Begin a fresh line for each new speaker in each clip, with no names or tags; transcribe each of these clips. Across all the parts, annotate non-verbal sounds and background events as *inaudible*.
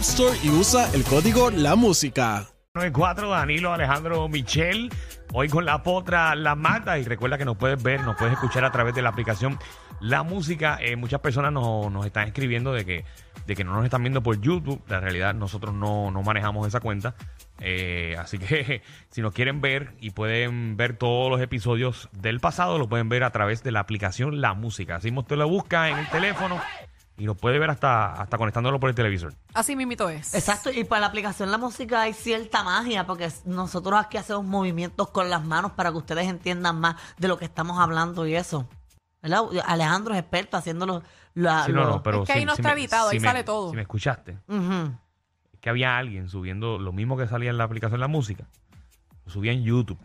Store y usa el código La Música.
94, Danilo, Alejandro, Michel. Hoy con la potra La Mata. Y recuerda que nos puedes ver, nos puedes escuchar a través de la aplicación La Música. Eh, muchas personas nos, nos están escribiendo de que, de que no nos están viendo por YouTube. La realidad, nosotros no, no manejamos esa cuenta. Eh, así que *laughs* si nos quieren ver y pueden ver todos los episodios del pasado, lo pueden ver a través de la aplicación La Música. Así usted lo busca en el teléfono y nos puede ver hasta, hasta conectándolo por el televisor.
Así mismito es.
Exacto, y para la aplicación La Música hay cierta magia, porque s- nosotros aquí hacemos movimientos con las manos para que ustedes entiendan más de lo que estamos hablando y eso. ¿Verdad? Alejandro es experto haciéndolo. La,
Sí, no,
lo-
no, pero
Es que ahí no está
me-
editado, ahí
me-
sale todo.
Si me escuchaste,
Ujú.
es que había alguien subiendo lo mismo que salía en la aplicación La Música, lo subía en YouTube.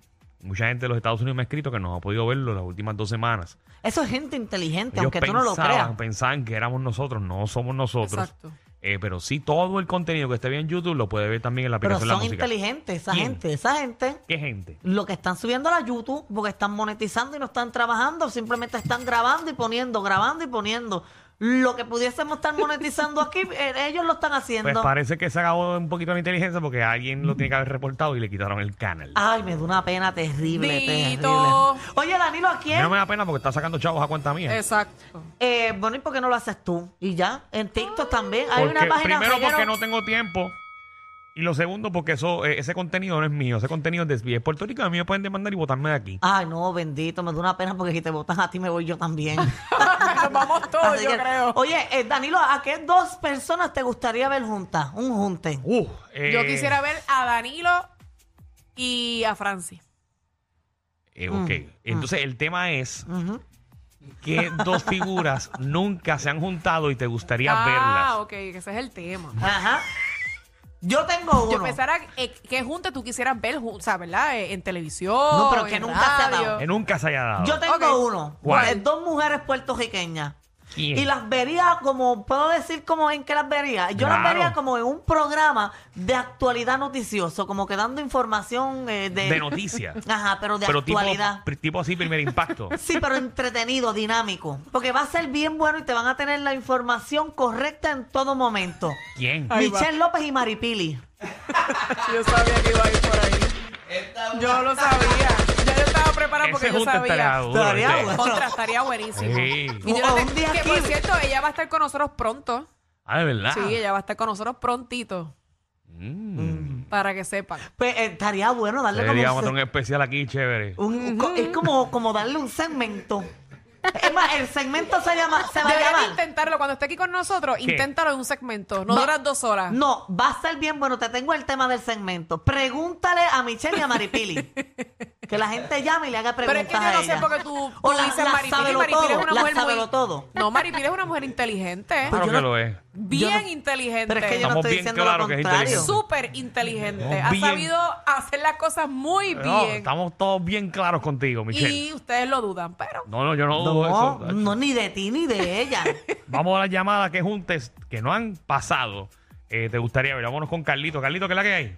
Mucha gente de los Estados Unidos me ha escrito que no ha podido verlo las últimas dos semanas.
Eso es gente inteligente,
Ellos
aunque tú no lo creas.
pensaban, pensaban que éramos nosotros, no somos nosotros.
Exacto.
Eh, pero sí, todo el contenido que esté bien en YouTube lo puede ver también en la
Pero
aplicación
son
La Música.
inteligentes, esa
¿Quién?
gente, esa gente.
¿Qué gente?
Lo que están subiendo a la YouTube, porque están monetizando y no están trabajando, simplemente están grabando y poniendo, grabando y poniendo. Lo que pudiésemos estar monetizando aquí, eh, ellos lo están
Pues
haciendo.
parece que se acabó un poquito la inteligencia porque alguien lo tiene que haber reportado y le quitaron el canal.
Ay, me da una pena terrible,
Dito.
terrible. Oye, Danilo, ¿a
A mí
quién?
No me da pena porque está sacando chavos a cuenta mía.
*laughs*
Exacto.
Eh, bueno, ¿y por qué no lo haces tú? Y ya, en TikTok también. Hay
Porque-
una página
primero
que yo
porque no tengo tiempo y lo segundo porque eso eh, ese contenido no es mío ese contenido es de SBS Puerto Rico a mí me pueden demandar y botarme de aquí
Ay, no, bendito, me da una pena porque si te votan a ti me voy
*laughs*
yo también.
Nos vamos todos,
*laughs* Así
yo
que-
creo.
Oye, eh, Danilo, ¿a qué dos personas te gustaría ver juntas? Un junte.
Uh, eh,
Yo quisiera ver a Danilo y a Francis.
eh, ok
Mm,
entonces el tema es
Ujú.
que
*laughs*
dos figuras nunca se han juntado y te gustaría
Ah,
verlas
ok, que ese es el tema.
Ajá. Yo tengo uno.
Yo pensara eh, que junta tú quisieras ver, ju- o sea, ¿verdad? Eh, en televisión.
No, pero que
en
nunca se ha
*laughs*
radio.
dado.
que nunca se haya dado
Yo tengo
Ok.
uno.
¿Cuál?
Eh, Dos mujeres puertorriqueñas.
¿Quién?
Y las vería como, puedo decir como en qué las vería. Yo
Claro.
las vería como en un programa de actualidad noticioso, como que dando información eh, de...
de noticias
Ajá, pero *laughs* de
pero tipo,
actualidad.
pri- tipo así primer impacto
*laughs* Sí, pero entretenido, dinámico. Porque va a ser bien bueno y te van a tener la información correcta en todo momento.
¿quién?
Ahí va.
Michelle López y Maripili.
Yo sabía que iba a ir por ahí. Yo lo sabía. Ya yo estaba preparada porque
ese
yo
junto estaría
sabía.
duro
Estaría
¿viste?
bueno.
Contra, estaría buenísimo.
Sí.
Y yo no
Un
te-
día
que
aquí.
por cierto, ella va a estar con nosotros pronto.
ah de verdad
Sí, ella va a estar con nosotros prontito,
Mm.
para que sepan.
Pues eh, estaría bueno darle
Deberíamos
como Pues
hacer
un
un especial aquí chévere
se- un- co- Es como, como darle un segmento. Es más, el segmento se llama... Se va a
Deberías
llamar...
intentarlo cuando esté aquí con nosotros. Inténtalo en un segmento. No
Va-
duras dos horas.
No, va a ser bien bueno. Te tengo el tema del segmento. Pregúntale a Michelle y
*laughs*
a Maripili. que la gente llame y le haga
Pero
preguntas
es que yo
a
no sé
ella.
por qué tú, tú
O la-
dices
la
Maripili.
sábelo
Maripili es
todo,
una
la
mujer
sábelo
muy...
todo.
No, Maripili es una mujer inteligente.
claro
yo
que
no-
lo es
Bien
no-
inteligente.
Pero es que yo no
Estamos
estoy
bien
diciendo
claro
lo
que es
contrario.
inteligente.
Súper inteligente.
No,
ha
bien.
sabido hacer las cosas muy
No,
bien.
estamos todos bien claros contigo, Michelle.
y ustedes lo dudan, pero...
No, no, yo no dudo
No,
eso.
no, ni de ti ni de ella.
Vamos a las llamadas que juntes que no han pasado. Eh, te gustaría ver. Vámonos con Carlito. Carlito, ¿qué es la que hay?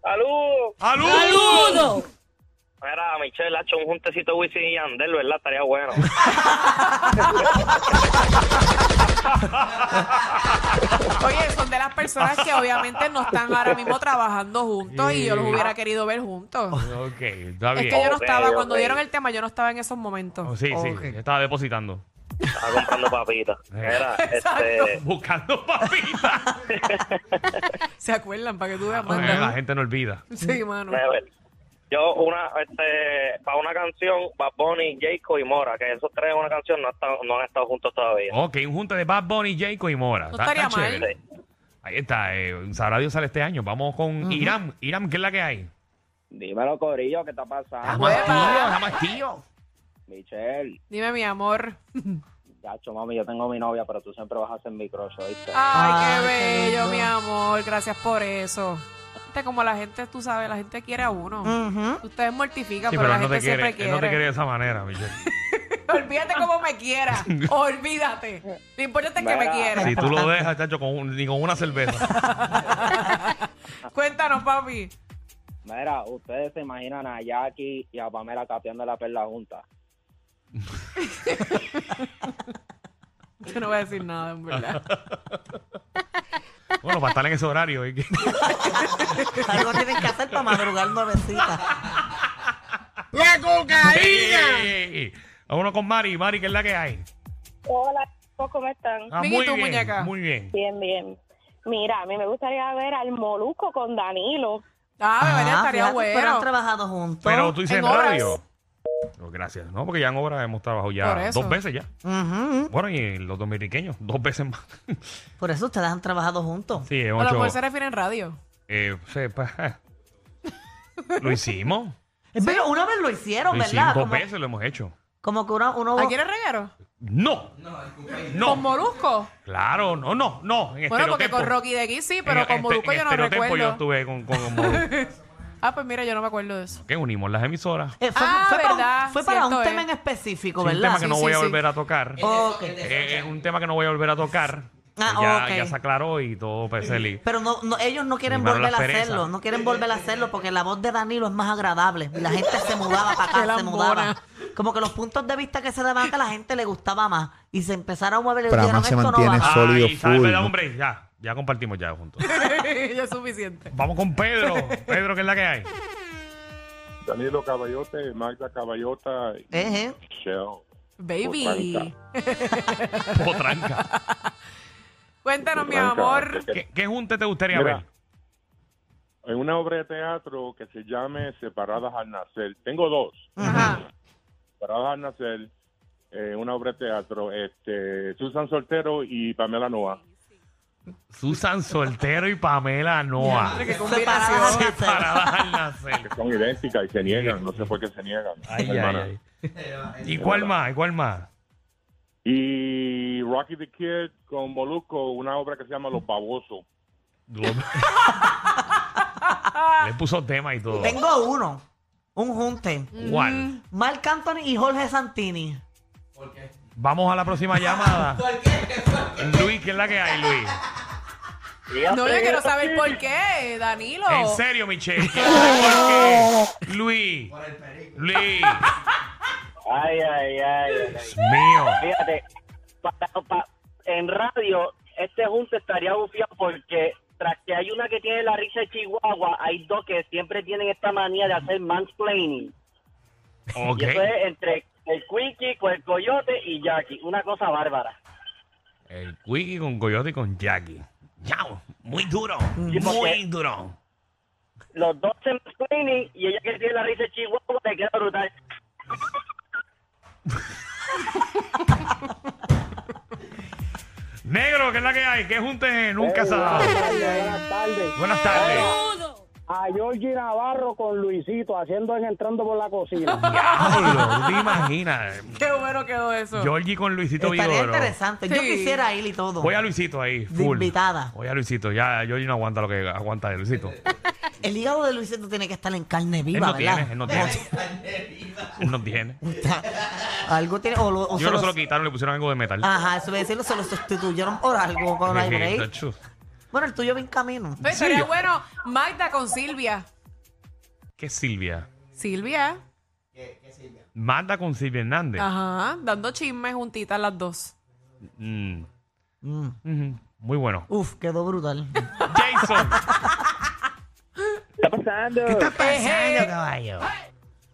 ¡Saludos!
¡Alú!
Mira, Michelle, ha hecho un juntecito Wisin y Yandel, ¿verdad? Estaría bueno.
Oye, son de las personas que obviamente no están ahora mismo trabajando juntos y yo los hubiera querido ver juntos.
Ok, está
Es
bien. Oh,
que yo no
Ok,
estaba,
ok.
cuando dieron el tema, yo no estaba en esos momentos.
Sí, sí,
Ok.
yo estaba depositando.
Estaba
*laughs*
comprando papitas. Era,
Exacto.
este.
Buscando *laughs* papitas.
¿Se acuerdan? Para que tú veas,
Ah, Bueno, la
Magda.
gente no olvida.
Sí, mano.
Never. Yo, una, este, para una canción, Bad Bunny, Jacob y Mora, que esos tres en una canción no, han estado- no han estado juntos
Oh.
todavía.
Ok, un junte de Bad Bunny, Jacob y Mora.
No
Está- está
estaría mal.
chévere.
Sí.
Ahí está, eh, sabrá Dios sale este año. Vamos con Iram. Iram, ¿qué es la que hay?
Dímelo, Corillo, ¿qué está pasando?
Está
Hueva.
más tío, está más tío.
Michelle,
Dime, mi amor.
gacho, mami, yo tengo mi novia, pero tú siempre vas a ser mi crush, ¿oíste?
Ah,
Ay, qué
qué
bello,
lindo.
mi amor. Gracias por eso. Viste como la gente, tú sabes, la gente quiere a uno.
Ujú.
Ustedes mortifican,
Mm. Sí,
pero
pero
la
él no
gente
te quiere.
siempre
Él no te quiere de esa manera, Michelle.
Olvídate como
*laughs*
me quiera. Olvídate. Lo importante es que me
Mira.
quiera.
Si tú lo dejas, chacho, con un- ni con una
*laughs*
cerveza.
Cuéntanos, papi.
Mira, ustedes se imaginan a Jackie y a Pamela capeando la perla juntas.
Yo no voy a decir nada, en
*laughs*
verdad.
Bueno, para estar en ese horario. ¿eh?
Algo tienen que hacer para madrugar
*laughs*
nuevecita.
Ey, ey, ey, ey. *laughs* Vámonos con Mari. Mari, ¿qué es la que hay?
Hola, ¿cómo están?
Ah,
Miguel,
muy
tú,
bien,
muñeca.
muy bien.
Bien, bien. Mira, a mí me gustaría ver al Molusco con Danilo.
Ah, me verdad estaría
fíjate, Pero han
bueno.
trabajado juntos.
Pero tú dices
en
en
obras.
radio. No, gracias. No, porque ya en obra hemos trabajado
Por
ya
eso.
dos veces ya.
Ujú.
Bueno, y los dominiqueños, dos veces más. *laughs*
Por eso ustedes han trabajado juntos.
Sí,
A lo
hemos
mejor
hecho.
se refiere en radio.
eh, sepa- *laughs* lo hicimos.
Pero una vez lo hicieron,
Lo hicimos
¿verdad?
dos
Como,
veces, lo hemos hecho.
como que uno... uno
¿Ah, quieres reguero?
No. No. *laughs*
¿Con Molusco?
Claro, no, no, no. En
Bueno, porque
estereotipo.
con Rocky de aquí sí, pero
En-
con
en-
Molusco
en
yo no
estereotipo
recuerdo.
yo estuve con, con, con Molusco.
Ah, pues mira, yo no me acuerdo de eso.
que unimos las emisoras.
Eh, fue
Ah,
fue para,
verdad,
un, fue para un
cierto,
tema
eh.
en específico,
Sí, un
¿verdad?
tema que no
Sí,
voy
sí,
a
sí.
volver a tocar.
Oh, Ok.
Eh, Es un tema que no voy a volver a tocar. Pues
Ah,
ya,
ok.
ya se aclaró y todo, pues, Peseli.
Pero no, no- ellos no quieren
Animaron
volver
la
a
pereza.
hacerlo, no quieren volver a hacerlo porque la voz de Danilo es más agradable. Y La gente se mudaba
*laughs*
para
Qué
acá, se
lambona.
mudaba. Como que los puntos de vista que se daban acá, la gente le gustaba más. Y se empezaron a mover y
Pero
dijeron,
además se
"Esto no
Ah,
mantiene
va".
Sólido
Ay, salve,
full,
da,
¿no?
hombre, ya, ya compartimos ya juntos.
*laughs* ya es suficiente.
Vamos con Pedro. Pedro, ¿qué es la que hay?
Danilo Caballote, Magda Caballota y
Eh, eh.
Michelle.
Baby.
Potranca.
Cuéntanos, mi
Potranca,
amor.
que-
¿Qué, qué junte te gustaría
Mira,
ver?
En una obra de teatro que se llame Separadas al Nacer. Tengo dos.
Ajá.
Separadas al Nacer, eh, una obra de teatro. Este, Susan Soltero y Pamela Noa.
Susan Soltero y Pamela Noa.
Qué
Separadas
combinación.
al nacer.
Separadas al nacer.
Que son idénticas y se niegan. No sé por qué se niegan.
Ay, ay,
hermana.
ay. ¿Y cuál más? ¿Y cuál más?
Y Rocky the Kid con Molusco, una obra que se llama Los Babosos.
Le puso tema y todo.
Tengo uno, un junte.
¿Cuál?
Marc Anthony y Jorge Santini.
Vamos a la próxima
*laughs*
llamada. Luis, ¿qué es la que hay, Luis?
No, yo quiero saber por qué, Danilo.
En serio, Michelle. ¿Qué es la- ¿Por qué? Luis. Luis.
Ay, ay, ay.
Dios mío.
Fíjate, pa- pa- en radio, este junte estaría bufiado porque tras que hay una que tiene la risa de Chihuahua, hay dos que siempre tienen esta manía de hacer mansplaining.
Ok.
Y eso es entre el Quickie, con el Coyote y Jackie. Una cosa bárbara.
El Quickie con Coyote y con Jackie. Chao. Muy duro. Muy
porque-
duro.
Los dos se mansplaining y ella que tiene la risa de Chihuahua te queda brutal.
Negro, ¿qué es la que hay? ¿Qué junte nunca se ha dado?
Buenas tardes.
Buenas tardes.
A Georgie Navarro con Luisito haciendo entrando por la cocina.
Diablo, ¿tú te imaginas?
Qué bueno quedó eso.
Georgie con Luisito
Estaría
Vigoro.
interesante. Yo
Sí.
quisiera ir y todo.
Voy a Luisito ahí,
De
full.
invitada.
Voy a Luisito, ya Georgie no aguanta lo que aguanta de Luisito.
El hígado de Luisito tiene que estar en carne
Él
viva,
no
¿verdad?
tiene, él no tiene. Él no tiene.
Algo tiene. O lo,
Yo
o se
no
lo-
se lo quitaron, le pusieron algo de metal.
Ajá, eso voy a decirlo, se lo sustituyeron por algo, por algo por ahí.
Tacho.
Bueno, el tuyo va en camino.
Pero Pues, estaría bueno Magda con Silvia.
¿Qué es Silvia?
Silvia.
Manda con Silvia Hernández.
Ajá. Dando chismes juntitas las dos.
Mm,
Mm.
mhm, Muy bueno.
Uf, quedó brutal.
Jason.
¿Qué está pasando?
Ejé.
caballo?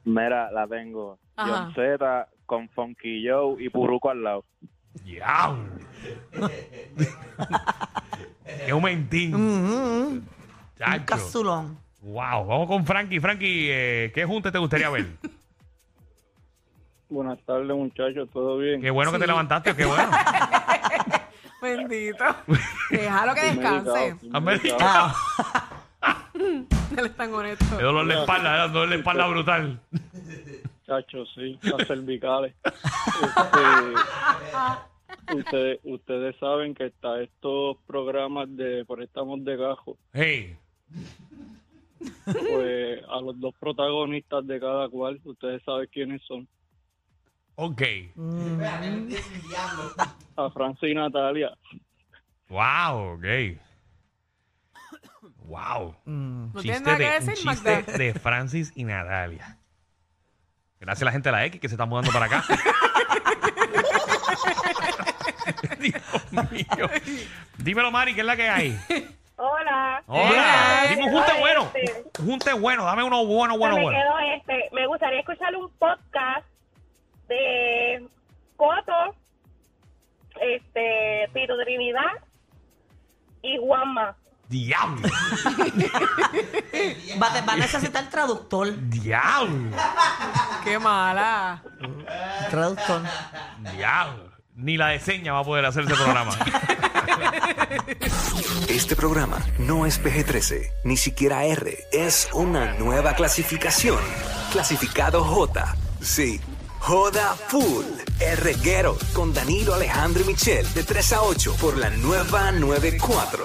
Mira, la tengo.
Ajá.
John Z con Funky Joe y Puruco al lado.
Diablo. *laughs* Qué aumentín.
Ujú, Un
chacho.
casulón.
Wow, vamos con Frankie. Frankie, eh, ¿qué junta te gustaría ver?
Buenas tardes, muchachos, ¿todo bien?
Qué bueno que te levantaste, qué bueno.
Bendito. Déjalo que descanse.
Americano.
Él es tan honesto.
Qué dolor de espalda, era un dolor de espalda brutal.
Muchachos, sí, las cervicales. Este, ustedes, ustedes saben que está estos programas de por estamos de gajo.
Hey,
Pues a los dos protagonistas de cada cual, ustedes saben quiénes son.
ok.
A Francia y Natalia.
Wow, ok. Wow.
No tienes nada que
un
decir, Magda.
chiste de Francis y Natalia. Gracias a la gente de la X que se está mudando para acá. *laughs* Dios mío. Dímelo, Mari, ¿qué es la que hay?
Hola.
Oh, Hola.
Hey.
Dime un junte
Oye,
bueno.
este,
Un junte bueno. Dame uno bueno, bueno,
me
bueno.
quedo este. Me gustaría escuchar un podcast de Coto, este, Pito Trinidad y Juanma.
Diablo.
Va, va a necesitar traductor.
Diablo.
Qué mala.
Traductor.
Diablo. Ni la de seña va a poder hacer ese programa.
Este programa no es PG-13, ni siquiera R. Es una nueva clasificación. Clasificado J. Sí. Joda Full. R. Guerrero con Danilo Alejandro y Michel de 3 a 8 por la nueva 94.